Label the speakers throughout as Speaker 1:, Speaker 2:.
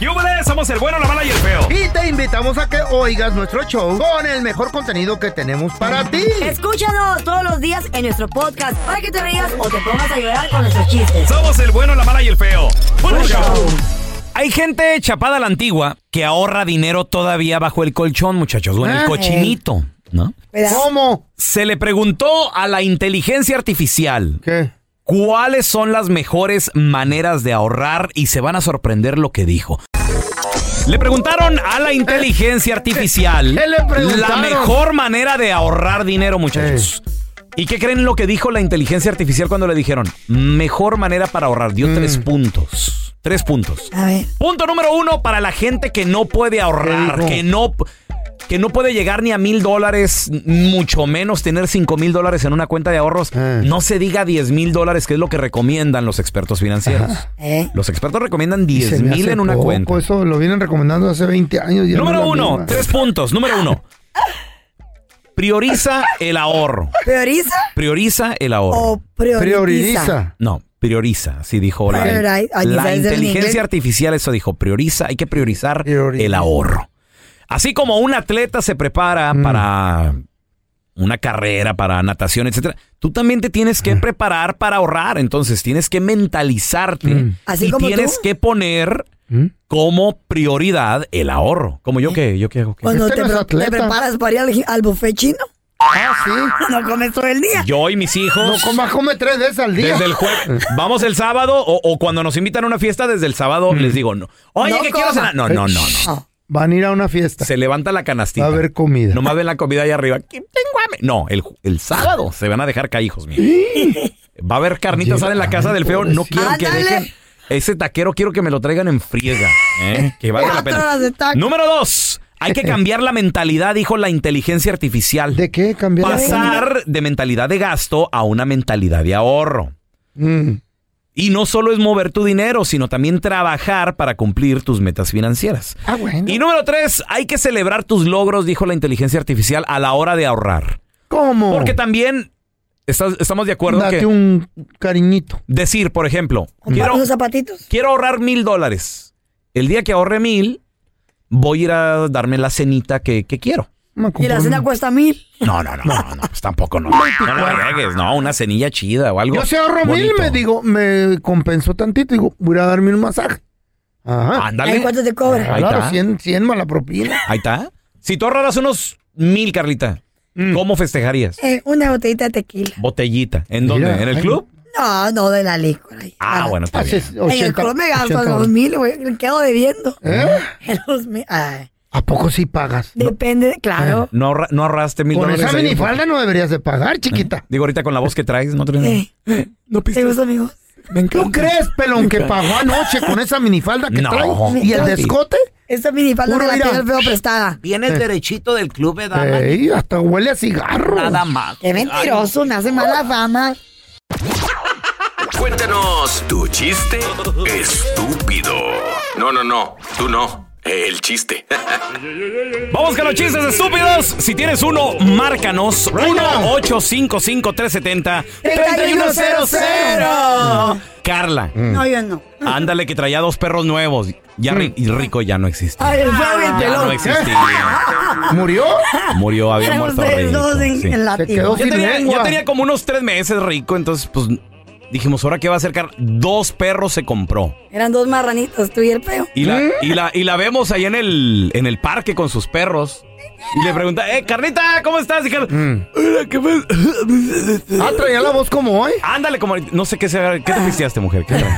Speaker 1: ¡Yúbales! Somos el bueno, la mala y el feo.
Speaker 2: Y te invitamos a que oigas nuestro show con el mejor contenido que tenemos para ti.
Speaker 3: Escúchanos todos los días en nuestro podcast para que te rías o te pongas a llorar con nuestros chistes.
Speaker 1: Somos el bueno, la mala y el feo. ¡Puro
Speaker 3: Puro
Speaker 1: show!
Speaker 3: show.
Speaker 4: Hay gente chapada a la antigua que ahorra dinero todavía bajo el colchón, muchachos, o en
Speaker 2: Ah,
Speaker 4: el cochinito, ¿no?
Speaker 2: ¿Cómo?
Speaker 4: Se le preguntó a la inteligencia artificial
Speaker 2: ¿Qué?
Speaker 4: cuáles son las mejores maneras de ahorrar y se van a sorprender lo que dijo. Le preguntaron a la inteligencia artificial
Speaker 2: ¿Qué le
Speaker 4: la
Speaker 2: preguntaron?
Speaker 4: mejor manera de ahorrar dinero, muchachos. ¿Y qué creen lo que dijo la inteligencia artificial cuando le dijeron? Mejor manera para ahorrar.
Speaker 2: Mm.
Speaker 4: Dio tres puntos. Tres puntos.
Speaker 3: A ver.
Speaker 4: Punto número uno para la gente que no puede ahorrar,
Speaker 2: dijo?
Speaker 4: que no, que no puede llegar ni a mil dólares, mucho menos tener cinco mil dólares en una cuenta de ahorros.
Speaker 2: Eh.
Speaker 4: No se diga diez mil dólares, que es lo que recomiendan los expertos financieros.
Speaker 3: ¿Eh?
Speaker 4: Los expertos recomiendan diez
Speaker 2: Se me
Speaker 4: mil
Speaker 2: hace
Speaker 4: en una
Speaker 2: poco,
Speaker 4: cuenta.
Speaker 2: Eso lo vienen recomendando hace 20 años. ya no es
Speaker 4: Número
Speaker 2: la
Speaker 4: uno,
Speaker 2: misma.
Speaker 4: tres puntos. Número uno. Prioriza el ahorro.
Speaker 3: ¿Prioriza
Speaker 4: Prioriza el ahorro.
Speaker 3: o prioriza?
Speaker 2: Prioriza.
Speaker 4: No, prioriza, así dijo la,
Speaker 3: Priori- ay,
Speaker 4: la
Speaker 3: ¿sabes en inglés?
Speaker 4: inteligencia artificial, eso dijo, prioriza, hay que priorizar
Speaker 2: Priori-
Speaker 4: el ahorro. Así como un atleta se prepara
Speaker 2: Mm.
Speaker 4: para una carrera, para natación, etcétera, tú también te tienes que preparar para ahorrar, entonces tienes que mentalizarte
Speaker 2: Mm.
Speaker 3: Así
Speaker 4: y
Speaker 3: como
Speaker 4: tienes
Speaker 3: tú.
Speaker 4: que poner
Speaker 2: ¿Mm?
Speaker 4: como prioridad el ahorro. Como yo que yo que hago que
Speaker 3: Cuando
Speaker 2: Este
Speaker 3: te,
Speaker 2: no es
Speaker 3: pre-
Speaker 2: atleta.
Speaker 3: te preparas para ir al, gi- al buffet chino,
Speaker 2: Ah, sí.
Speaker 3: no comes todo el día.
Speaker 4: yo y mis hijos
Speaker 2: No coma, come tres veces al día.
Speaker 4: Desde el jueves. Vamos el sábado o, o cuando nos invitan a una fiesta, desde el sábado les digo, no. Oye,
Speaker 3: No
Speaker 4: que quiero
Speaker 3: coma.
Speaker 4: cenar. No, no, no, no.
Speaker 3: No.
Speaker 2: Van a ir a una fiesta.
Speaker 4: Se levanta la canastita.
Speaker 2: Va a haber comida.
Speaker 4: Nomás ven la comida allá arriba. ¿Qué tengo hambre? No, el, ju- el sábado se van a dejar caer, hijos míos. Va a haber carnitas asada en la casa del feo. No quiero que
Speaker 3: Ándale.
Speaker 4: dejen. Ese taquero quiero que me lo traigan en friega. ¿eh? Que valga la
Speaker 3: Cuatro horas de
Speaker 4: pena.
Speaker 3: taco.
Speaker 4: Número dos. Hay que cambiar la mentalidad, dijo la inteligencia artificial.
Speaker 2: ¿De qué cambiar?
Speaker 4: Pasar de mentalidad de gasto a una mentalidad de ahorro.
Speaker 2: Mm.
Speaker 4: Y no solo es mover tu dinero, sino también trabajar para cumplir tus metas financieras.
Speaker 2: Ah, bueno.
Speaker 4: Y número tres, hay que celebrar tus logros, dijo la inteligencia artificial, a la hora de ahorrar.
Speaker 2: ¿Cómo?
Speaker 4: Porque también estás- estamos de acuerdo
Speaker 2: Date
Speaker 4: que
Speaker 2: un cariñito.
Speaker 4: decir, por ejemplo,
Speaker 3: Comprar
Speaker 4: quiero,
Speaker 3: unos zapatitos.
Speaker 4: quiero ahorrar mil dólares. El día que ahorre mil, voy a ir a darme la cenita que, que quiero.
Speaker 2: Me
Speaker 3: Y la
Speaker 2: compro
Speaker 3: cena
Speaker 2: un-
Speaker 3: cuesta mil.
Speaker 4: No, no, no, no, no, pues tampoco no. No la regues, no, una cenilla chida o algo.
Speaker 2: Yo se ahorro mil,
Speaker 4: bonito.
Speaker 2: me digo, me compensó tantito. Digo, voy a ir a darme un masaje. Ajá.
Speaker 3: Ay,
Speaker 4: Ándale.
Speaker 3: ¿Cuánto te cobra?
Speaker 4: Ah, ahí
Speaker 2: claro,
Speaker 4: está.
Speaker 2: 100, 100 más la propina.
Speaker 4: Ahí está. Si tú ahorraras unos mil, Carlita, Mm. ¿cómo festejarías?
Speaker 3: Eh, una botellita de tequila.
Speaker 4: Botellita. ¿En dónde?
Speaker 2: Mira,
Speaker 4: ¿En el
Speaker 2: ay.
Speaker 4: club?
Speaker 3: No, no, de la licor. ahí.
Speaker 4: Ah,
Speaker 3: Ah,
Speaker 4: bueno, está
Speaker 2: Ah, sí,
Speaker 4: bien.
Speaker 2: 80,
Speaker 3: en el club me gasto
Speaker 2: 80
Speaker 3: dos
Speaker 2: dólares.
Speaker 3: mil, güey. Me quedo debiendo.
Speaker 2: ¿Eh?
Speaker 3: En los mil- ay,
Speaker 2: ¿A poco sí pagas?
Speaker 3: depende, claro.
Speaker 4: Ah, No, ahorra- no ahorraste mil
Speaker 2: Con
Speaker 4: dólares.
Speaker 2: esa
Speaker 4: ahí?
Speaker 2: minifalda no deberías de pagar, chiquita.
Speaker 4: Digo, ahorita con la voz que traes, no tienes... No
Speaker 3: Eh. ¿Te gusta, amigo?
Speaker 2: ¿Tú crees, pelón, que pagó anoche con esa minifalda que
Speaker 4: No.
Speaker 2: trae? ¿Y el descote?
Speaker 3: Esta minifalda
Speaker 2: Puro
Speaker 3: me la
Speaker 2: mira.
Speaker 3: pidió el feo prestada.
Speaker 4: Vienes derechito del club, ¿eh, dama?
Speaker 2: Ey, hasta huele a cigarro.
Speaker 4: Nada más.
Speaker 3: Qué mentiroso, me hace mala fama.
Speaker 5: Cuéntanos tu chiste estúpido. No, no, no, tú no.
Speaker 6: El chiste.
Speaker 4: Vamos con los chistes estúpidos. Si tienes uno, márcanos. 1-855-370-3100. Carla,
Speaker 3: No, yo no.
Speaker 4: ándale que traía dos perros nuevos. Ya ri- y rico ya no existe.
Speaker 3: Mm. Ay, el fuego y el
Speaker 4: Ya no
Speaker 3: pelón.
Speaker 4: existía.
Speaker 2: ¿Murió?
Speaker 4: Murió, había
Speaker 3: Éramos
Speaker 4: muerto
Speaker 3: ustedes
Speaker 4: rico.
Speaker 3: dos en,
Speaker 4: sí.
Speaker 3: en
Speaker 2: Se
Speaker 3: látigo.
Speaker 2: quedó
Speaker 4: Yo
Speaker 2: sin
Speaker 4: tenía, yo
Speaker 2: lengua.
Speaker 4: tenía como unos tres meses rico, entonces pues dijimos, ¿ahora qué va a hacer Carla? Dos perros se compró.
Speaker 3: Eran dos marranitos, tú y el peo.
Speaker 4: Y la, y la, y la vemos ahí en el, en el parque con sus perros. Y le pregunta, eh, Carnita, ¿cómo estás? Y Carla, "Hola, ¿qué más?"
Speaker 2: Ah, traía la voz como hoy.
Speaker 4: Ándale, como, no sé qué se ¿qué te pisteaste, mujer? ¿Qué traes?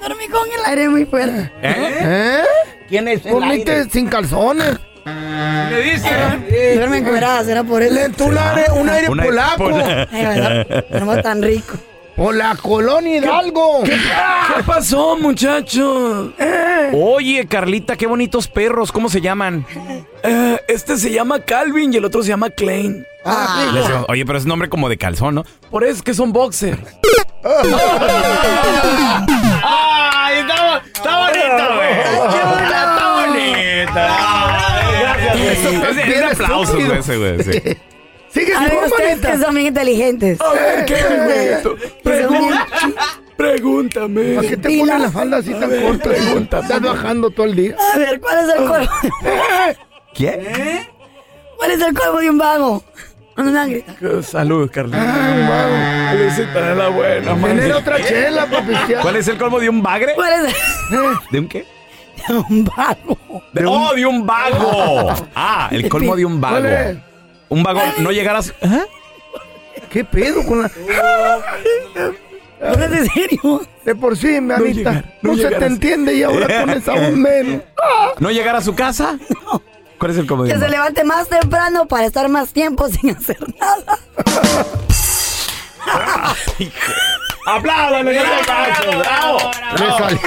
Speaker 3: Dormí con el aire muy fuerte.
Speaker 4: ¿Eh?
Speaker 2: ¿Eh?
Speaker 4: ¿Quién es
Speaker 2: Dormiste sin calzones.
Speaker 4: ¿Le dice?
Speaker 3: Duerme encueradas, era por eso.
Speaker 2: Le- tú la aire- un aire
Speaker 4: Un aire
Speaker 2: polaco.
Speaker 4: pola-
Speaker 3: Ay, ¿verdad? Duermo tan rico.
Speaker 2: O la colonia Hidalgo.
Speaker 4: ¿Qué pasó, muchachos? Eh. Oye, Carlita, qué bonitos perros, ¿cómo se llaman? este se llama Calvin y el otro se llama Klein.
Speaker 2: Ah,
Speaker 4: Le decimos, Oye, pero es nombre como de calzón, ¿no? Por eso es que son boxer. ¡Ay, está, bonito, güey! ¡Está bonita!
Speaker 2: Eso está
Speaker 4: Es, es
Speaker 2: bien
Speaker 4: de aplausos
Speaker 2: estúpido.
Speaker 4: güey, ese, güey. sí.
Speaker 2: Sigue
Speaker 3: A ver,
Speaker 2: sin
Speaker 3: ustedes que son bien inteligentes.
Speaker 4: Oh,
Speaker 2: ¿Para qué te ponen la falda así tan corta? Estás bajando todo el día.
Speaker 3: A ver, ¿cuál es el colmo?
Speaker 4: ¿Qué?
Speaker 3: ¿Cuál es el colmo de un vago? Una grita.
Speaker 4: Salud, Carlita. la buena,
Speaker 2: Tener otra chela Eh, para pistear.
Speaker 4: ¿Cuál es el colmo de un bagre?
Speaker 3: ¿Cuál es
Speaker 4: ¿De un qué?
Speaker 3: el de un vago?
Speaker 4: ¡Oh, de un vago! Ah, el colmo de un
Speaker 2: ¿Cuál es?
Speaker 4: vago. Un vago, no llegarás.
Speaker 2: ¿Qué pedo con la.?
Speaker 3: ¿No es en serio?
Speaker 2: De por sí, mi amita. No,
Speaker 4: llegar, no
Speaker 2: se
Speaker 4: llegar
Speaker 2: te
Speaker 4: así.
Speaker 2: entiende y ahora con esa voz menos.
Speaker 4: ¿No llegar a su casa? ¿Cuál es el colmo de
Speaker 3: Que
Speaker 4: un
Speaker 3: se
Speaker 4: vago?
Speaker 3: levante más temprano para estar más tiempo sin hacer nada.
Speaker 4: ¡Apláudanle! ¡Bravo!
Speaker 2: Le salió.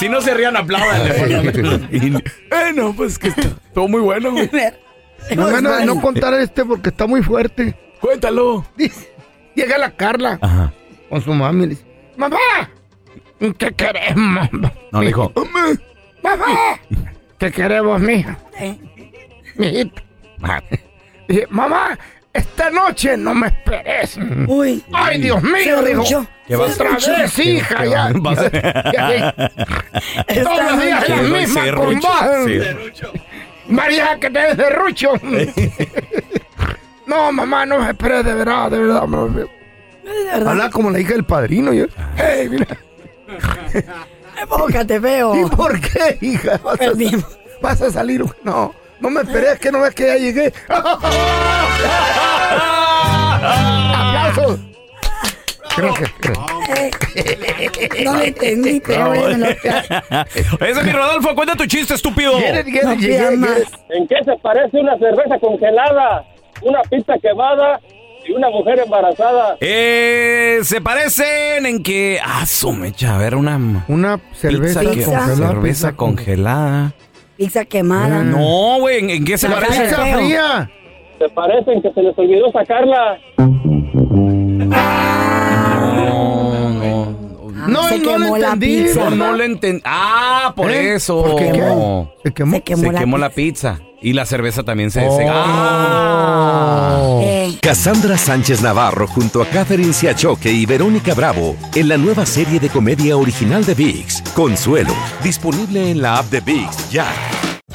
Speaker 4: Si no se rían, apláudanle. eh, no, pues que está todo muy bueno. güey.
Speaker 2: No, me van a- no contar este porque está muy fuerte.
Speaker 4: Cuéntalo.
Speaker 2: Dice, Llega la Carla
Speaker 4: Ajá.
Speaker 2: con su mami y le dice: ¡Mamá! ¿Qué queremos?
Speaker 4: No, le dijo.
Speaker 2: ¡Mamá! ¿Qué queremos, mija?
Speaker 3: Eh.
Speaker 2: Mijita. Dije, mamá, esta noche no me esperes.
Speaker 3: Uy.
Speaker 2: ¡Ay, Dios mío!
Speaker 3: Se
Speaker 2: Dijo,
Speaker 3: arrunchó.
Speaker 4: ¿Qué vas-
Speaker 2: otra vez, hija, ya.
Speaker 4: Vas-
Speaker 2: ya- ya- Todos los días la
Speaker 4: Quedó el
Speaker 2: misma
Speaker 4: serrucho.
Speaker 2: con vos.
Speaker 4: Sí.
Speaker 2: María, que te des de rucho. no, mamá, no me esperes, de verdad, de verdad. mamá. Habla como la hija del padrino. Yo. Hey, mira.
Speaker 3: Enfócate, feo.
Speaker 2: ¿Y por qué, hija? ¿Vas a,
Speaker 3: Perdimos.
Speaker 2: vas a salir? No, no me esperes, que no ves que ya llegué. ¡Aplausos! Gracias, gracias. pues.
Speaker 3: No le entendí, pero bueno, lo que
Speaker 4: Ese es mi Rodolfo, cuenta tu chiste, estúpido.
Speaker 2: Get it, get it,
Speaker 3: no
Speaker 2: llegué,
Speaker 3: pidas
Speaker 2: get
Speaker 3: más.
Speaker 2: it.
Speaker 5: ¿En qué se parece una cerveza congelada, una pizza quemada y una mujer embarazada?
Speaker 4: Eh, se parecen en que. Ah, su mecha, a ver, una.
Speaker 2: Una cerveza
Speaker 4: pizza que-
Speaker 2: congelada.
Speaker 4: cerveza
Speaker 2: pizza
Speaker 4: congelada.
Speaker 3: Pizza quemada.
Speaker 4: No, güey, ¿en, en qué se
Speaker 3: La
Speaker 2: con-
Speaker 4: parece?
Speaker 2: Pizza
Speaker 3: Feo.
Speaker 2: fría.
Speaker 5: Se parecen que se les olvidó sacarla.
Speaker 4: No, no.
Speaker 3: Ah,
Speaker 2: No,
Speaker 3: se
Speaker 2: no lo
Speaker 3: quemó la
Speaker 2: entendí.
Speaker 3: pizza.
Speaker 4: No, no lo entendí. Ah, por
Speaker 2: ¿Eh?
Speaker 4: eso.
Speaker 2: ¿Por qué?
Speaker 4: No.
Speaker 2: ¿Se quemó?
Speaker 3: Se quemó,
Speaker 4: Se
Speaker 3: la,
Speaker 4: quemó la
Speaker 3: pizza.
Speaker 4: pizza. Y la cerveza también se. se-
Speaker 2: Oh.
Speaker 4: ¡Ah!
Speaker 3: Eh,
Speaker 7: Cassandra Sánchez Navarro junto a Catherine Siachoque y Verónica Bravo en la nueva serie de comedia original de VIX, Consuelo, disponible en la app de VIX ya.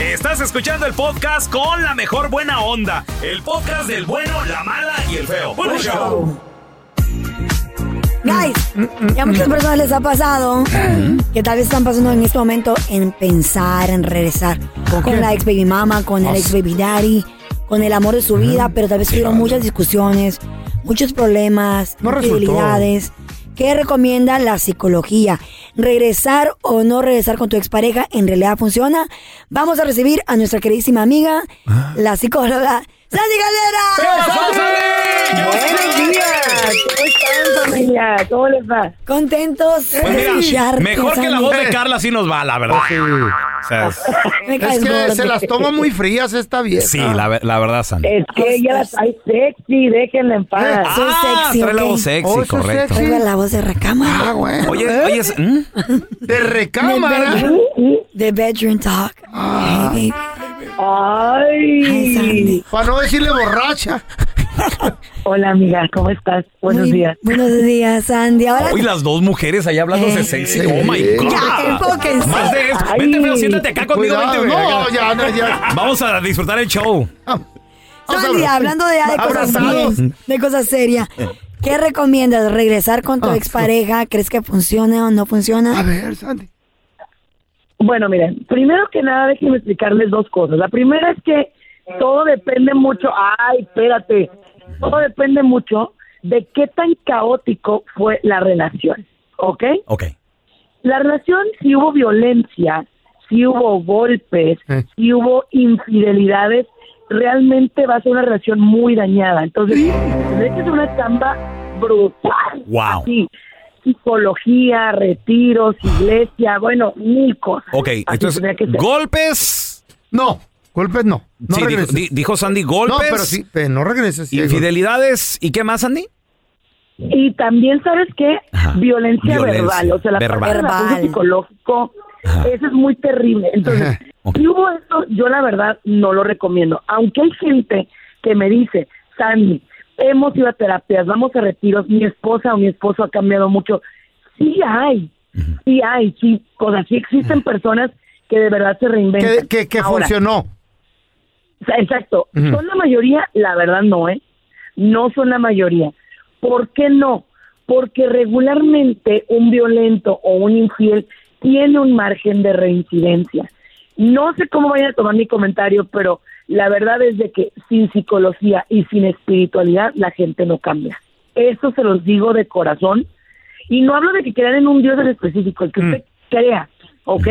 Speaker 1: Estás escuchando el podcast con la mejor buena onda. El podcast del bueno, la mala y el feo. Bueno, show.
Speaker 3: Guys,
Speaker 2: Mm,
Speaker 3: y a muchas personas les ha pasado que tal vez están pasando en este momento en pensar, en regresar con, la ex baby mama, con el ex baby daddy, con el amor de su vida, pero tal vez tuvieron muchas discusiones, muchos problemas,
Speaker 2: No resultó.
Speaker 3: infidelidades. ¿Qué recomienda la psicología? ¿Regresar o no regresar con tu expareja en realidad funciona? Vamos a recibir a nuestra queridísima amiga,
Speaker 2: Ah.
Speaker 3: la psicóloga Sandy Galera. Buenos días.
Speaker 8: Ah, familia? ¿Cómo les va?
Speaker 3: Contentos.
Speaker 4: Pues
Speaker 3: de
Speaker 4: mira,
Speaker 3: escucharte,
Speaker 4: mejor que la
Speaker 3: Sandy.
Speaker 4: voz de Carla sí nos va, la verdad. O sea,
Speaker 3: Me caes
Speaker 2: Es que
Speaker 3: gordo.
Speaker 2: se las toma muy frías esta vieja.
Speaker 4: sí, la, ve- la verdad, Sandy.
Speaker 8: Es que ella las hay sexy, déjenla en paz.
Speaker 3: soy
Speaker 4: ah,
Speaker 3: sexy,
Speaker 4: trae la
Speaker 3: ¿ok?
Speaker 4: voz sexy,
Speaker 2: Oh, soy
Speaker 4: correcto.
Speaker 2: sexy.
Speaker 3: Oiga la voz de
Speaker 2: Ah,
Speaker 3: recámara.
Speaker 2: bueno.
Speaker 4: Oye, oye, es- ¿Mm?
Speaker 2: De recámara.
Speaker 3: The bedroom talk.
Speaker 4: Ah.
Speaker 3: Hey, babe. Ay,
Speaker 8: Ay.
Speaker 3: Sandy.
Speaker 2: Para no decirle borracha.
Speaker 8: Hola, amiga, ¿cómo estás? Buenos
Speaker 3: Muy-
Speaker 8: días.
Speaker 3: Buenos días, Sandy. Ahora
Speaker 4: Oye, las dos mujeres ahí hablándose sexy. Oh my God.
Speaker 3: ya, enfóquense.
Speaker 4: Más de eso.
Speaker 8: Ay.
Speaker 4: Vente, feo, siéntate acá conmigo.
Speaker 2: Cuidado,
Speaker 4: vente, güey,
Speaker 2: no,
Speaker 4: acá.
Speaker 2: ya, no, ya.
Speaker 4: Vamos a disfrutar el show.
Speaker 3: Sandy, hablando de, de cosas
Speaker 2: Abrazados.
Speaker 3: bien, de cosas serias. ¿Qué recomiendas? ¿Regresar con
Speaker 4: Ah.
Speaker 3: tu expareja? ¿Crees que funciona o no
Speaker 2: A
Speaker 3: funciona?
Speaker 2: ver, Sandy.
Speaker 8: Bueno, miren, primero que nada, déjenme explicarles dos cosas. La primera es que todo depende mucho. Ay, espérate. Todo depende mucho de qué tan caótico fue la relación. ¿Ok?
Speaker 4: Ok.
Speaker 8: la relación si hubo violencia, si hubo golpes,
Speaker 2: Eh.
Speaker 8: si hubo infidelidades, realmente va a ser una relación muy dañada. Entonces, tendría que hacer una chamba brutal.
Speaker 4: Wow.
Speaker 8: Así, psicología, retiros, iglesia, bueno, mil cosas.
Speaker 4: Ok,
Speaker 8: Así
Speaker 4: entonces,
Speaker 8: tendría que ser.
Speaker 4: golpes.
Speaker 2: No, golpes no. No
Speaker 4: sí, dijo,
Speaker 2: regreses.
Speaker 4: di- dijo Sandy,
Speaker 2: no,
Speaker 4: golpes.
Speaker 2: pero sí, eh, no regreses. sí,
Speaker 4: Infidelidades. ¿Y qué más, Sandy?
Speaker 8: Y también, ¿sabes qué?
Speaker 4: Ajá.
Speaker 8: Violencia,
Speaker 4: Violencia,
Speaker 8: verbal, o sea, la
Speaker 4: verbal.
Speaker 8: parte del abuso
Speaker 3: Verbal.
Speaker 8: psicológico,
Speaker 4: Ajá.
Speaker 8: eso es muy terrible. Entonces,
Speaker 2: Ajá.
Speaker 4: Ok.
Speaker 8: si hubo esto, yo la verdad no lo recomiendo. Aunque hay gente que me dice, Sandy, hemos ido a terapias, vamos a retiros, mi esposa o mi esposo ha cambiado mucho. Sí hay, sí hay, sí, cosas, sí existen personas que de verdad se
Speaker 2: Que,
Speaker 8: reinventan.
Speaker 2: que, que
Speaker 8: Ahora,
Speaker 2: funcionó.
Speaker 8: o sea, Exacto.
Speaker 2: Ujú.
Speaker 8: Son la mayoría, la verdad no, ¿eh? No son la mayoría. ¿Por qué no? Porque regularmente un violento o un infiel tiene un margen de reincidencia. No sé cómo vayan a tomar mi comentario, pero la verdad es de que sin psicología y sin espiritualidad la gente no cambia. Eso se los digo de corazón. Y no hablo de que crean en un Dios en específico, el que usted crea, ¿ok?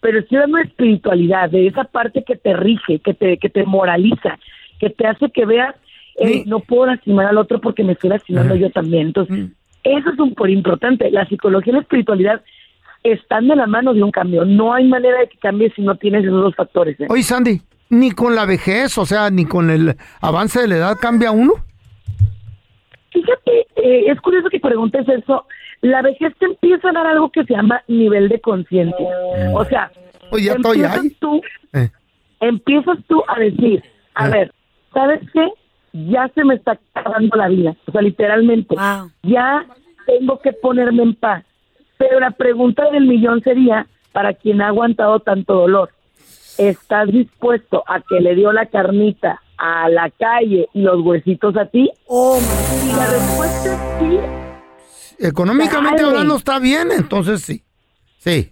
Speaker 8: Pero estoy hablando de espiritualidad, de esa parte que te rige, que te, que te moraliza, que te hace que veas, eh, no puedo lastimar al otro porque me estoy lastimando yo también. Entonces, eso es un por importante. La psicología y la espiritualidad están de la mano de un cambio. No hay manera de que cambie si no tienes esos dos factores. ¿eh?
Speaker 2: Oye, Sandy, ni con la vejez, o sea, ni con el avance de la edad cambia uno.
Speaker 8: Fíjate, eh, es curioso que preguntes eso. La vejez te empieza a dar algo que se llama nivel de conciencia. O sea,
Speaker 2: Mm. Oye, ya estoy
Speaker 8: empiezas
Speaker 2: ahí.
Speaker 8: tú
Speaker 2: Eh,
Speaker 8: empiezas tú a decir, a
Speaker 2: Ah.
Speaker 8: ver, ¿sabes qué? Ya se me está acabando la vida, o sea, literalmente.
Speaker 3: Wow.
Speaker 8: Ya tengo que ponerme en paz. Pero la pregunta del millón sería, para quien ha aguantado tanto dolor, ¿estás dispuesto a que le dio la carnita a la calle y los huesitos a ti?
Speaker 3: Oh, my
Speaker 8: La
Speaker 3: God.
Speaker 8: respuesta es sí.
Speaker 2: Económicamente
Speaker 8: Dale.
Speaker 2: hablando está bien, entonces sí. Sí.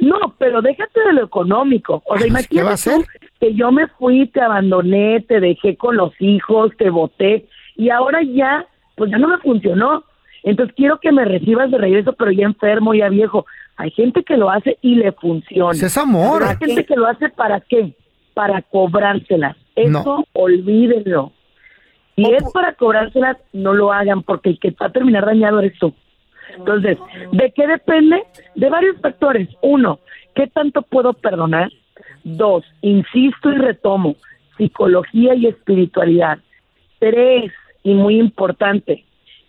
Speaker 8: No, pero déjate de lo económico. O sea,
Speaker 2: Ay, pues,
Speaker 8: imagínate
Speaker 2: ¿qué va a
Speaker 8: tú
Speaker 2: hacer?
Speaker 8: que yo me fui, te abandoné, te dejé con los hijos, te boté y ahora ya, pues ya no me funcionó. Entonces quiero que me recibas de regreso, pero ya enfermo, ya viejo. Hay gente que lo hace y le funciona.
Speaker 2: Pues es amor.
Speaker 8: Hay gente que lo hace para qué? Para cobrárselas. Eso
Speaker 2: No.
Speaker 8: olvídenlo. Si
Speaker 2: O
Speaker 8: es
Speaker 2: pu-
Speaker 8: para cobrárselas, no lo hagan, porque el que va a terminar dañado eres tú. Entonces, ¿de qué depende? De varios factores. Uno, ¿qué tanto puedo perdonar? Dos, insisto y retomo, psicología y espiritualidad. Tres, y muy importante,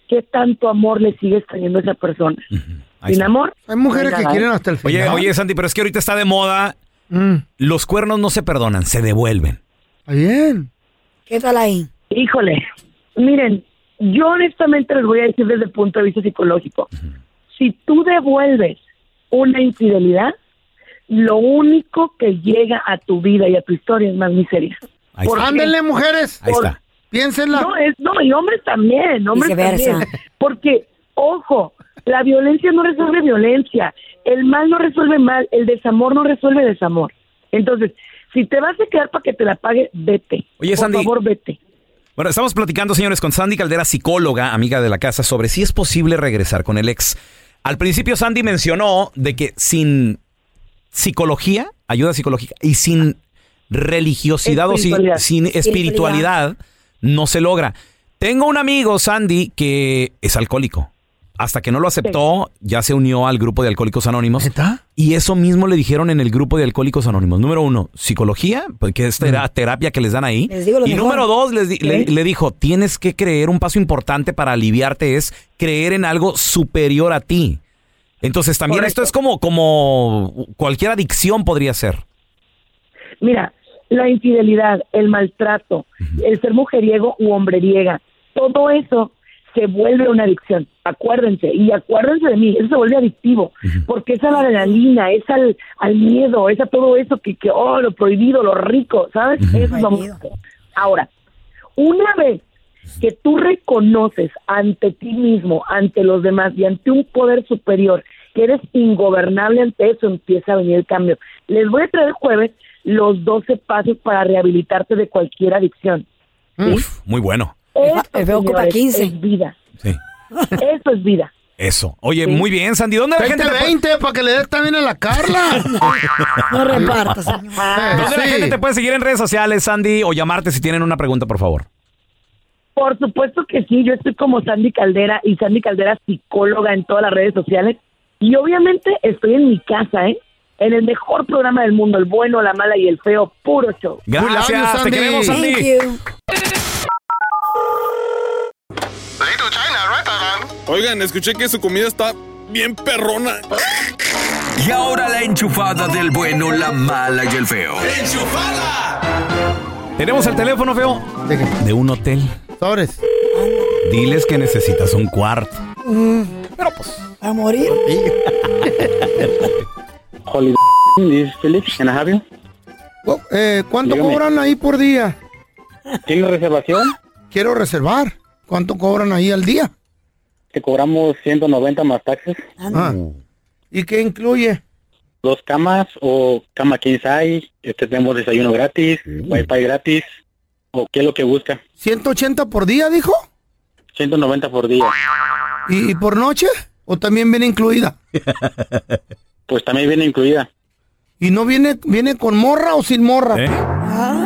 Speaker 8: ¿qué tanto amor le sigues teniendo a esa persona?
Speaker 4: Mm, Ahí
Speaker 8: Sin
Speaker 4: está.
Speaker 8: amor.
Speaker 2: Hay mujeres
Speaker 8: no hay
Speaker 2: que
Speaker 8: nada,
Speaker 2: quieren
Speaker 8: ¿eh?
Speaker 2: hasta el
Speaker 4: Oye,
Speaker 2: final.
Speaker 4: oye, Sandy, pero es que ahorita está de moda.
Speaker 2: Mm,
Speaker 4: Los cuernos no se perdonan, se devuelven.
Speaker 2: está bien.
Speaker 3: ¿Qué tal ahí?
Speaker 8: Híjole, miren, yo honestamente les voy a decir desde el punto de vista psicológico. si tú devuelves una infidelidad, lo único que llega a tu vida y a tu historia es más miseria.
Speaker 2: Ahí está. Ándenle, mujeres. Ahí está. Piénsenla.
Speaker 8: No, es- no, y hombres también, hombres
Speaker 2: Viceversa.
Speaker 8: también. Porque, ojo, la violencia no resuelve violencia, el mal no resuelve mal, el desamor no resuelve desamor. Entonces, si te vas a quedar para que te la pague, vete.
Speaker 4: Oye,
Speaker 8: Por
Speaker 4: Sandy.
Speaker 8: favor, vete.
Speaker 4: Bueno, estamos platicando, señores, con Sandy Caldera, psicóloga, amiga de la casa, sobre si es posible regresar con el ex. Al principio Sandy mencionó de que sin psicología, ayuda psicológica, y sin religiosidad o sin,
Speaker 9: Espiritualidad.
Speaker 4: sin espiritualidad, no se logra. Tengo un amigo, Sandy, que es alcohólico. Hasta que no lo aceptó, ya se unió al grupo de Alcohólicos Anónimos. Y eso mismo le dijeron en el grupo de Alcohólicos Anónimos. Número uno, psicología, porque es tera- terapia que les dan ahí.
Speaker 9: Mm. Les digo lo
Speaker 4: y
Speaker 9: mejor.
Speaker 4: número dos, les di- le, le dijo, tienes que creer, un paso importante para aliviarte es creer en algo superior a ti. Entonces también esto es como, como cualquier adicción podría ser.
Speaker 8: Mira, la infidelidad, el maltrato, el ser mujeriego u hombreriega, todo eso se vuelve una adicción. Acuérdense, y acuérdense de mí, eso se vuelve adictivo, porque es a la adrenalina, es al, al miedo, es a todo eso que, que, oh, lo prohibido, lo rico, ¿sabes? Eso es lo malo. Ahora, una vez que tú reconoces ante ti mismo, ante los demás y ante un poder superior que eres ingobernable ante eso, empieza a venir el cambio. Les voy a traer el jueves los 12 pasos para rehabilitarte de cualquier adicción.
Speaker 9: Mm.
Speaker 4: Uf, muy bueno.
Speaker 8: Eso,
Speaker 3: ocupa
Speaker 8: señores,
Speaker 3: 15.
Speaker 8: es vida.
Speaker 4: Sí.
Speaker 8: Eso es vida.
Speaker 4: Eso. Oye, muy bien, Sandy. ¿Dónde la
Speaker 2: 20,
Speaker 4: gente te puede-
Speaker 2: 20 para que le des también a la Carla. Eh,
Speaker 3: No repartas,
Speaker 8: Ah.
Speaker 4: ¿Dónde la gente te puede seguir en redes sociales, Sandy, o llamarte si tienen una pregunta, por favor?
Speaker 8: Por supuesto que sí, yo estoy como Sandy Caldera y Sandy Caldera psicóloga en todas las redes sociales y obviamente estoy en mi casa, ¿eh? En el mejor programa del mundo, el bueno, la mala y el feo, puro show.
Speaker 4: Gracias, te queremos, Sandy.
Speaker 10: Oigan, escuché que su comida está bien perrona.
Speaker 11: Y ahora la enchufada del bueno, la mala y el feo.
Speaker 4: Tenemos el teléfono, feo. De un hotel.
Speaker 2: Sobres.
Speaker 4: Diles que necesitas un cuarto. Pero pues.
Speaker 3: A morir.
Speaker 12: Holy this is Philip. Can I have you?
Speaker 2: Oh, eh, ¿Cuánto
Speaker 12: Dígame.
Speaker 2: cobran ahí por día?
Speaker 12: ¿Tiene reservación?
Speaker 2: Quiero reservar. ¿Cuánto cobran ahí al día?
Speaker 12: Te cobramos 190 más taxes.
Speaker 2: Ah. ¿Y qué incluye?
Speaker 12: Dos camas o cama king size. Este, tenemos desayuno gratis, wifi gratis. ¿O qué es lo que busca?
Speaker 2: ¿180 por día, dijo?
Speaker 12: 190 por día.
Speaker 2: ¿Y, y por noche? ¿O también viene incluida?
Speaker 12: Pues también viene incluida.
Speaker 2: ¿Y no viene viene con morra o sin
Speaker 4: ¿Eh?
Speaker 2: morra?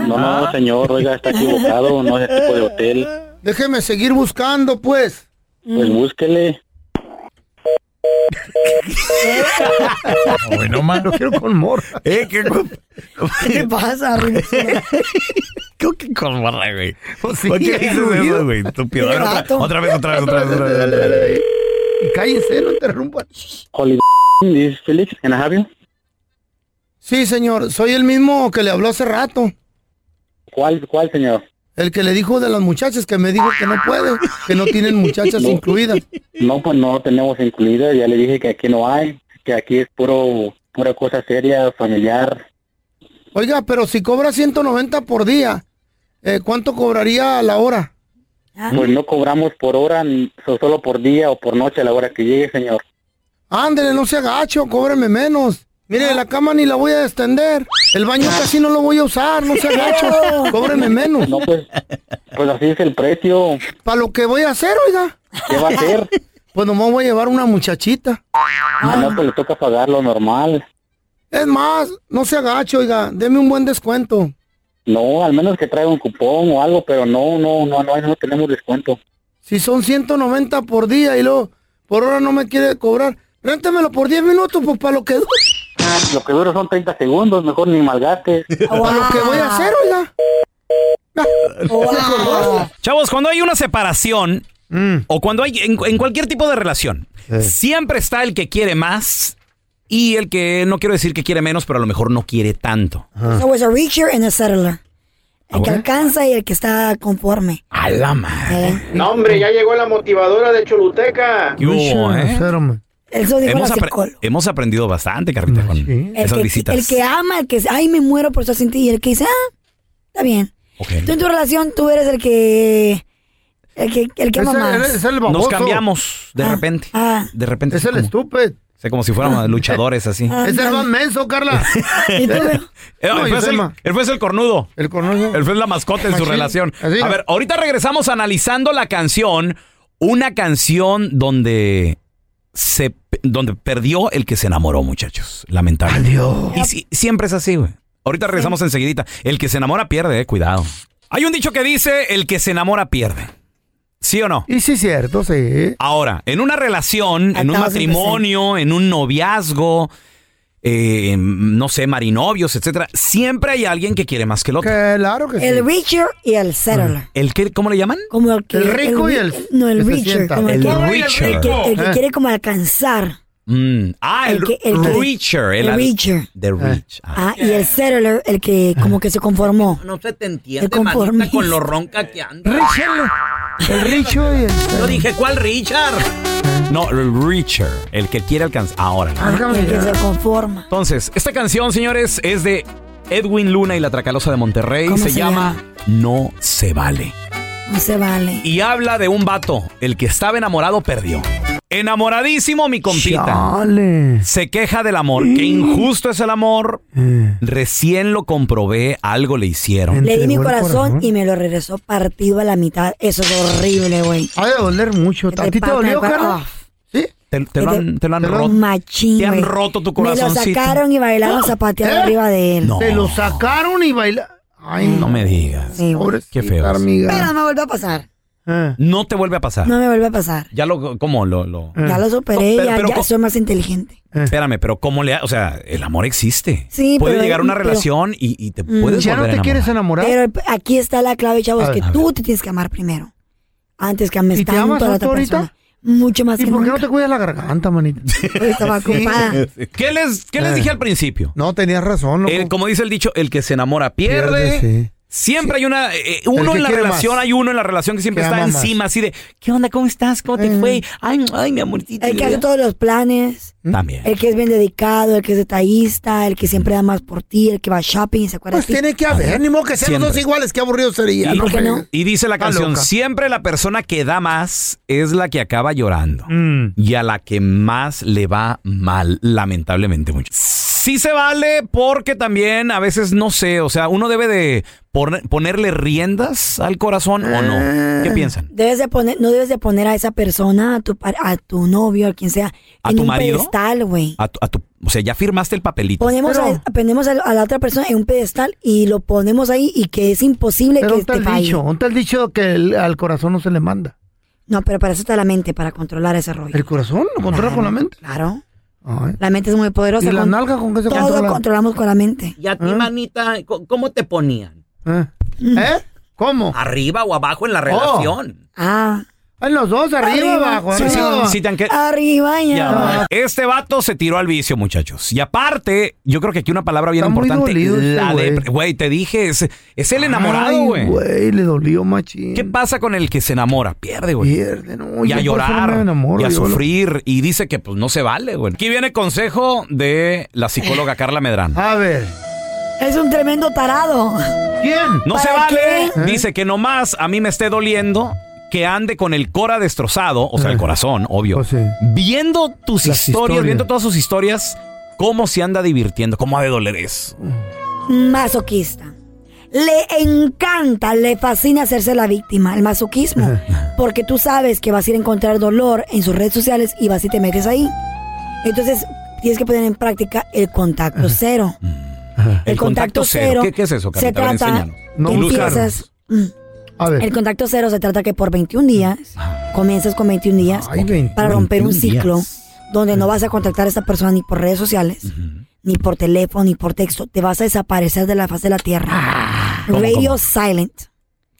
Speaker 12: No, no, señor, oiga, está equivocado. No es el tipo de hotel.
Speaker 2: Déjeme seguir buscando, pues.
Speaker 12: Pues búsquele.
Speaker 2: Bueno, mano, quiero con morra.
Speaker 4: Eh,
Speaker 3: ¿Qué te pasa, Ringo?
Speaker 4: ¿Qué que con morra, güey?
Speaker 2: sí,
Speaker 4: ¿Por qué
Speaker 2: es
Speaker 4: dices
Speaker 2: ruido.
Speaker 4: eso, güey? Estúpido. A ver,
Speaker 2: Rato.
Speaker 4: Otra, otra vez, otra vez, otra vez. Otra vez.
Speaker 2: Dale, dale, dale. Y cállense, no interrumpan.
Speaker 12: Holy this is Philip. Can I have you?
Speaker 2: Sí, señor, soy el mismo que le habló hace rato.
Speaker 12: ¿Cuál, cuál, señor?
Speaker 2: El que le dijo de las muchachas, que me dijo que no puede, que no tienen muchachas
Speaker 12: No.
Speaker 2: incluidas.
Speaker 12: No, pues no tenemos incluida. Ya le dije que aquí no hay, que aquí es puro, pura cosa seria, familiar.
Speaker 2: Oiga, pero si cobra 190 por día, eh, ¿cuánto cobraría a la hora?
Speaker 12: Pues no cobramos por hora, ni- so- solo por día o por noche a la hora que llegue, señor.
Speaker 2: Ándele, no se agacho, cóbreme menos. Mire, la cama ni la voy a extender. El baño casi no lo voy a usar, no se agacho. Cóbreme menos.
Speaker 12: No, pues, pues así es el precio.
Speaker 2: ¿Para lo que voy a hacer, oiga?
Speaker 12: ¿Qué va a hacer?
Speaker 2: Pues nomás voy a llevar una muchachita.
Speaker 12: No, no, pues le toca pagar lo normal.
Speaker 2: Es más, no se agacho, oiga, deme un buen descuento.
Speaker 12: No, al menos que traiga un cupón o algo, pero no, no, no, no, no tenemos descuento.
Speaker 2: Si son 190 por día y luego por hora no me quiere cobrar, réntamelo por 10 minutos, pues para lo que,
Speaker 12: Lo que dura son 30 segundos, mejor ni malgaste.
Speaker 2: para lo que voy a hacer, oiga.
Speaker 4: Chavos, cuando hay una separación o cuando hay en, en cualquier tipo de relación, siempre está el que quiere más y el que no quiero decir que quiere menos, pero a lo mejor no quiere tanto.
Speaker 3: So was a reacher and a settler. El que alcanza y el que está conforme. ¿eh?
Speaker 4: A la madre.
Speaker 2: No, hombre, ya llegó la motivadora de Choluteca.
Speaker 4: ¿Qué hubo, eh?
Speaker 3: Eso dijo
Speaker 4: hemos,
Speaker 3: la
Speaker 4: apre-
Speaker 3: psicóloga.
Speaker 4: hemos aprendido bastante, Carlita, con
Speaker 3: El
Speaker 4: esas
Speaker 3: que,
Speaker 4: visitas.
Speaker 3: el que ama, el que dice, ay, me muero por estar sin ti, y el que dice, ah, está bien. Tú en tu relación, tú eres el que. El que, el que ama
Speaker 2: Ese-
Speaker 3: más.
Speaker 2: ese es el
Speaker 4: Nos
Speaker 2: baboso.
Speaker 4: cambiamos de repente.
Speaker 3: Ah,
Speaker 4: De repente.
Speaker 2: Es el
Speaker 4: estúpido. O sea, como si fuéramos luchadores así.
Speaker 2: es el más menso, Carla.
Speaker 4: Eh,
Speaker 2: Ah. No,
Speaker 4: él, fue el,
Speaker 2: Yusema.
Speaker 4: él fue el cornudo. El cornudo. Él fue la mascota en su
Speaker 2: Machín.
Speaker 4: relación.
Speaker 2: Así
Speaker 4: A
Speaker 2: es.
Speaker 4: ver, ahorita regresamos analizando la canción. Una canción donde se donde perdió el que se enamoró, muchachos. Lamentable. Y si- siempre es así, güey. Ahorita regresamos enseguidita. El que se enamora pierde, eh, cuidado. Hay un dicho que dice, el que se enamora pierde. ¿Sí o no?
Speaker 2: Y sí, cierto, sí.
Speaker 4: Ahora, en una relación, en un
Speaker 2: Acabas de
Speaker 4: matrimonio, en un noviazgo, eh, en, no sé, marinovios, etcétera, siempre hay alguien que quiere más que el otro. Claro
Speaker 3: El Richard y el Settler.
Speaker 4: ¿El qué, ¿Cómo le llaman?
Speaker 3: Como el, que- ri- No, el
Speaker 4: que se
Speaker 3: Richard.
Speaker 4: sienta.
Speaker 3: como
Speaker 4: El
Speaker 3: que-
Speaker 4: Richard.
Speaker 3: El que, el que
Speaker 4: Eh.
Speaker 3: quiere como alcanzar.
Speaker 4: Mm, Ah, el,
Speaker 3: El que- el que-
Speaker 4: Richard.
Speaker 3: el
Speaker 4: al-
Speaker 3: Richard.
Speaker 4: The Rich.
Speaker 3: Ah, y el Settler, el que como que se conformó.
Speaker 4: No se te
Speaker 3: El
Speaker 4: entiende,
Speaker 3: conformista. manita, con lo
Speaker 4: ronca que anda.
Speaker 3: Richard.
Speaker 2: El Richo y el.
Speaker 4: Yo dije, ¿cuál Richard? No, el Richard, el que quiere alcanzar. Ahora.
Speaker 3: Ah, El que se conforma.
Speaker 4: Entonces, esta canción, señores, es de Edwin Luna y la Tracalosa de Monterrey.
Speaker 3: ¿Cómo
Speaker 4: Se,
Speaker 3: se
Speaker 4: llama No se vale.
Speaker 3: No se vale.
Speaker 4: Y habla de un vato, el que estaba enamorado perdió. Enamoradísimo, mi compita. Se queja del amor. Qué injusto es el amor. Recién lo comprobé, algo le hicieron.
Speaker 3: Le di mi corazón y me lo regresó partido a la mitad. Eso es horrible, güey.
Speaker 2: Ha de doler mucho.
Speaker 3: Que
Speaker 2: ¿A ti te
Speaker 3: partan
Speaker 2: dolió,
Speaker 3: el cora-
Speaker 2: Carla?
Speaker 3: Ah,
Speaker 4: Te, te lo
Speaker 3: que
Speaker 4: han, te lo han roto.
Speaker 3: Machín,
Speaker 4: te han
Speaker 3: güey.
Speaker 4: roto tu
Speaker 3: Me lo
Speaker 4: corazoncito.
Speaker 3: sacaron y bailaron zapateando
Speaker 2: ¿Eh?
Speaker 3: arriba de él.
Speaker 4: No. Te lo
Speaker 3: sacaron y bailaron.
Speaker 2: Ay,
Speaker 4: No me digas. Qué feo. es.
Speaker 3: Pero me volvió a pasar.
Speaker 2: Eh.
Speaker 4: No te vuelve a pasar.
Speaker 3: No Eh. me vuelve a pasar.
Speaker 4: Ya lo, ¿cómo? Lo, lo...
Speaker 3: Ya lo superé,
Speaker 4: Ah. Mm. No, pero-
Speaker 3: ya,
Speaker 4: pero
Speaker 3: ya
Speaker 4: co-
Speaker 3: soy más inteligente.
Speaker 4: Espérame, pero ¿cómo le ha- O sea, el amor existe.
Speaker 3: Sí,
Speaker 4: Puede
Speaker 3: pero-
Speaker 4: llegar una
Speaker 3: pero-
Speaker 4: relación y, y te
Speaker 3: Mm.
Speaker 4: puedes volver a enamorar.
Speaker 2: enamorar?
Speaker 3: Pero aquí está la clave, chavos,
Speaker 4: A ver.
Speaker 3: que
Speaker 4: A ver.
Speaker 3: tú te tienes que amar primero. Antes que ames
Speaker 2: ¿Y te
Speaker 3: tanto
Speaker 2: amas
Speaker 3: a la
Speaker 2: tú
Speaker 3: otra
Speaker 2: ahorita?
Speaker 3: persona. Mucho más
Speaker 2: ¿Y
Speaker 3: que
Speaker 2: por qué no
Speaker 3: nunca.
Speaker 2: te cuidas la garganta, manita?
Speaker 3: Estaba ocupada.
Speaker 4: ¿Qué les, qué les
Speaker 2: Eh.
Speaker 4: dije al principio?
Speaker 2: No, tenías razón, loco.
Speaker 4: El- Eh, como dice el dicho, el que se enamora pierde.
Speaker 2: Pierde, sí.
Speaker 4: Siempre hay una, eh,
Speaker 2: El
Speaker 4: uno
Speaker 2: que
Speaker 4: en la
Speaker 2: quiere
Speaker 4: relación,
Speaker 2: más.
Speaker 4: hay uno en la relación que siempre
Speaker 2: Que
Speaker 4: está
Speaker 2: ama más. Mm.
Speaker 4: encima, así de, ¿qué onda? ¿Cómo estás? ¿Cómo te fue? Ay, ay, mi amorcito.
Speaker 3: El que hace todos los planes.
Speaker 4: También.
Speaker 3: El que es bien dedicado, el que es detallista, el que siempre da más por ti, el que va shopping y se acuerda
Speaker 2: Pues
Speaker 3: de ti.
Speaker 2: tiene que haber, ni modo que sean los dos
Speaker 4: Siempre.
Speaker 2: iguales, qué aburrido
Speaker 4: Y,
Speaker 2: sería.
Speaker 4: y dice la
Speaker 2: Está
Speaker 4: canción,
Speaker 2: loca.
Speaker 4: siempre la persona que da más es la que acaba llorando
Speaker 2: Mm.
Speaker 4: y a la que más le va mal, lamentablemente mucho. Sí se vale porque también a veces no sé, o sea, uno debe de pon- ponerle riendas al corazón o no. ¿Qué
Speaker 3: Ah.
Speaker 4: piensan?
Speaker 3: Debes de poner, no debes de poner a esa persona, a tu, par- a tu novio, a quien sea,
Speaker 4: ¿A
Speaker 3: en
Speaker 4: tu
Speaker 3: un
Speaker 4: marido? Ah,
Speaker 3: pedestal, güey.
Speaker 4: A tu- a tu- o sea, ya firmaste el papelito.
Speaker 3: Ponemos, a, ponemos a, a la otra persona en un pedestal y lo ponemos ahí y que es imposible
Speaker 2: Pero
Speaker 3: que este
Speaker 2: un
Speaker 3: te
Speaker 2: tal
Speaker 3: falle.
Speaker 2: dicho, un tal dicho que el- al corazón no se le manda.
Speaker 3: No, pero para eso está la mente, para controlar ese rollo.
Speaker 2: ¿El corazón lo controla
Speaker 3: Ah,
Speaker 2: con la mente?
Speaker 3: Claro. La mente es muy poderosa.
Speaker 2: ¿Y la
Speaker 3: con-
Speaker 2: nalga con qué se
Speaker 3: Todo
Speaker 2: controla?
Speaker 3: controlamos con la mente.
Speaker 4: ¿Y a ti, manita, cómo te ponían?
Speaker 3: Mm.
Speaker 2: ¿Eh? ¿Cómo?
Speaker 4: ¿Arriba o abajo
Speaker 2: Oh.
Speaker 4: en la
Speaker 2: relación?
Speaker 3: Ah.
Speaker 2: En los dos, arriba, abajo.
Speaker 4: Sí, sí,
Speaker 2: arriba, abajo.
Speaker 4: sí, te han que-
Speaker 3: Arriba y
Speaker 4: Ya,
Speaker 3: abajo.
Speaker 4: va. Este vato se tiró al vicio, muchachos. Y aparte, yo creo que aquí una palabra bien
Speaker 2: Está muy
Speaker 4: importante.
Speaker 2: dolido este
Speaker 4: la
Speaker 2: güey.
Speaker 4: depre- Güey, te dije, es, es el enamorado,
Speaker 2: Ay,
Speaker 4: güey.
Speaker 2: Güey, le dolió machín.
Speaker 4: ¿Qué pasa con el que se enamora? Pierde, güey.
Speaker 2: Pierde, eh, no.
Speaker 4: pues, Y a
Speaker 2: yo por eso no
Speaker 4: llorar,
Speaker 2: me enamoro,
Speaker 4: y a
Speaker 2: yo lo-
Speaker 4: sufrir, y dice que pues no se vale, güey. Aquí viene consejo de la psicóloga Carla Medrano.
Speaker 2: A ver.
Speaker 3: Es un tremendo tarado.
Speaker 2: ¿Quién?
Speaker 4: No se
Speaker 3: ¿Para
Speaker 4: vale.
Speaker 3: qué?
Speaker 4: Dice que nomás a mí me esté doliendo que ande con el cora destrozado, o sea, el corazón, obvio. Viendo tus
Speaker 2: Pues Las
Speaker 4: historias,
Speaker 2: historias.
Speaker 4: viendo todas sus historias, cómo se anda divirtiendo, cómo ha de doler eso.
Speaker 3: Masoquista. Le encanta, le fascina hacerse la víctima, el masoquismo. Porque tú sabes que vas a ir a encontrar dolor en sus redes sociales y vas y te metes ahí. Entonces, tienes que poner en práctica el contacto cero.
Speaker 4: Mm. El contacto cero. ¿Qué- qué es eso,
Speaker 3: Se
Speaker 4: Carlita? A ver,
Speaker 3: trata,
Speaker 4: enséñanos. No,
Speaker 3: empiezas... Mm.
Speaker 2: A ver.
Speaker 3: El contacto cero se trata que por 21 días, comienzas con 21 días para romper un
Speaker 2: 21
Speaker 3: ciclo donde no vas a contactar a esta persona ni por redes sociales, ni por teléfono, ni por texto. Te vas a desaparecer de la faz de la tierra.
Speaker 4: ¿Cómo,
Speaker 3: Radio
Speaker 4: cómo?
Speaker 3: silent.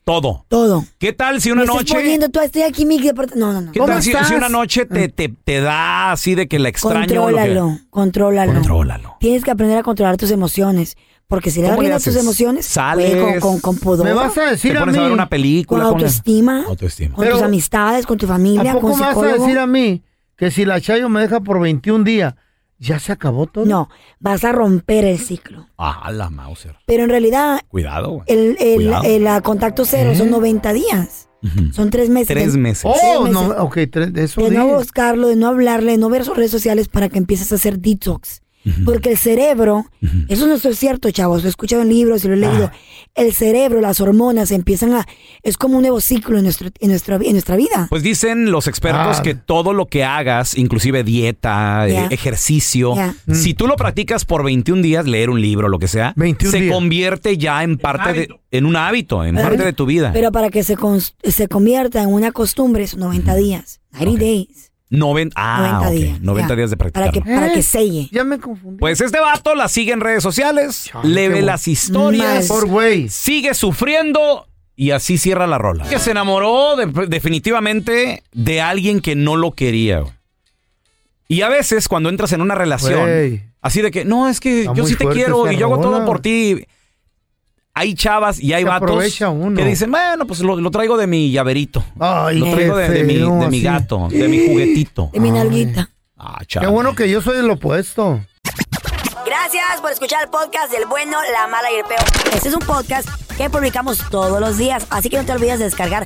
Speaker 4: Todo.
Speaker 3: Todo.
Speaker 4: ¿Qué tal si una
Speaker 3: Me estás
Speaker 4: noche...
Speaker 3: poniendo, tú estoy aquí, mi depart- No, no, no.
Speaker 4: ¿Qué tal si, si una noche te, te, te da así de que la extraño o lo que-
Speaker 3: Contrólalo, contrólalo. Tienes que aprender a controlar tus emociones. Porque si le das
Speaker 4: ¿Cómo le
Speaker 3: rienda a tus
Speaker 4: haces?
Speaker 3: emociones,
Speaker 4: Sales.
Speaker 3: güey, con, con, con pudor.
Speaker 2: ¿Me vas a decir
Speaker 4: Te
Speaker 2: a
Speaker 4: pones a,
Speaker 2: mí?
Speaker 4: ver una película.
Speaker 3: Con autoestima.
Speaker 4: Autoestima.
Speaker 3: Con
Speaker 2: Pero-
Speaker 3: tus amistades, con tu
Speaker 2: ¿A
Speaker 3: familia, con
Speaker 2: poco me
Speaker 3: un
Speaker 2: vas a
Speaker 3: psicólogo.
Speaker 2: decir a mí que si la Chayo me deja por 21 días, ¿ya se acabó todo?
Speaker 3: No, vas a romper el ciclo.
Speaker 4: Ah, la Mauser.
Speaker 3: Pero en realidad,
Speaker 4: Cuidado, güey.
Speaker 3: el, el-
Speaker 4: Cuidado. ¿Eh?
Speaker 3: el, ah, contacto cero son 90 días. Son tres meses.
Speaker 4: Tres
Speaker 3: de-
Speaker 4: meses.
Speaker 3: tres
Speaker 2: Oh,
Speaker 3: meses.
Speaker 2: no, ok, tres de esos
Speaker 3: de no
Speaker 2: días.
Speaker 3: buscarlo, de no hablarle, de no ver sus redes sociales para que empieces a hacer detox. Porque el cerebro, eso no es cierto, chavos, lo he escuchado en libros y lo he leído.
Speaker 4: Ah.
Speaker 3: El cerebro, las hormonas empiezan a. Es como un nuevo ciclo en, nuestro, en, nuestra, en nuestra vida.
Speaker 4: Pues dicen los expertos
Speaker 3: Ah.
Speaker 4: que todo lo que hagas, inclusive dieta,
Speaker 3: Ya.
Speaker 4: eh, ejercicio,
Speaker 3: Ya.
Speaker 4: si tú lo practicas por 21 días, leer un libro, lo que sea, se convierte ya en parte de, en un hábito, en
Speaker 3: Ajá.
Speaker 4: parte de tu vida.
Speaker 3: Pero para que se, cons- se convierta en una costumbre, son 90 días, 90 days,
Speaker 4: 90, ah,
Speaker 3: 90
Speaker 4: ok,
Speaker 3: días,
Speaker 4: 90
Speaker 3: ya.
Speaker 4: días de
Speaker 3: para que,
Speaker 4: practicar.
Speaker 3: para que selle.
Speaker 2: Ya me confundí.
Speaker 4: Pues este vato la sigue en redes sociales, le
Speaker 2: qué
Speaker 4: ve
Speaker 2: bo-
Speaker 4: las
Speaker 2: Mal.
Speaker 4: historias,
Speaker 2: Por güey.
Speaker 4: sigue sufriendo y así cierra la rola. Que se enamoró de- definitivamente de alguien que no lo quería. güey. Y a veces cuando entras en una relación,
Speaker 2: Güey.
Speaker 4: así de que, no, es que
Speaker 2: Está
Speaker 4: yo
Speaker 2: muy
Speaker 4: sí te
Speaker 2: fuerte
Speaker 4: quiero
Speaker 2: esa
Speaker 4: y yo hago todo
Speaker 2: rola.
Speaker 4: por ti. Hay chavas y hay
Speaker 2: Se
Speaker 4: vatos
Speaker 2: aprovecha uno.
Speaker 4: que dicen, bueno, pues lo, lo traigo de mi llaverito.
Speaker 2: Ay,
Speaker 4: lo
Speaker 2: qué
Speaker 4: traigo de, de mi,
Speaker 2: feo,
Speaker 4: de mi
Speaker 2: así.
Speaker 4: gato, de mi juguetito.
Speaker 3: De mi nalguita.
Speaker 4: Ah,
Speaker 2: Qué
Speaker 4: chava.
Speaker 2: bueno que yo soy el opuesto.
Speaker 3: Gracias por escuchar el podcast del bueno, la mala y el peor. Este es un podcast que publicamos todos los días, así que no te olvides de descargar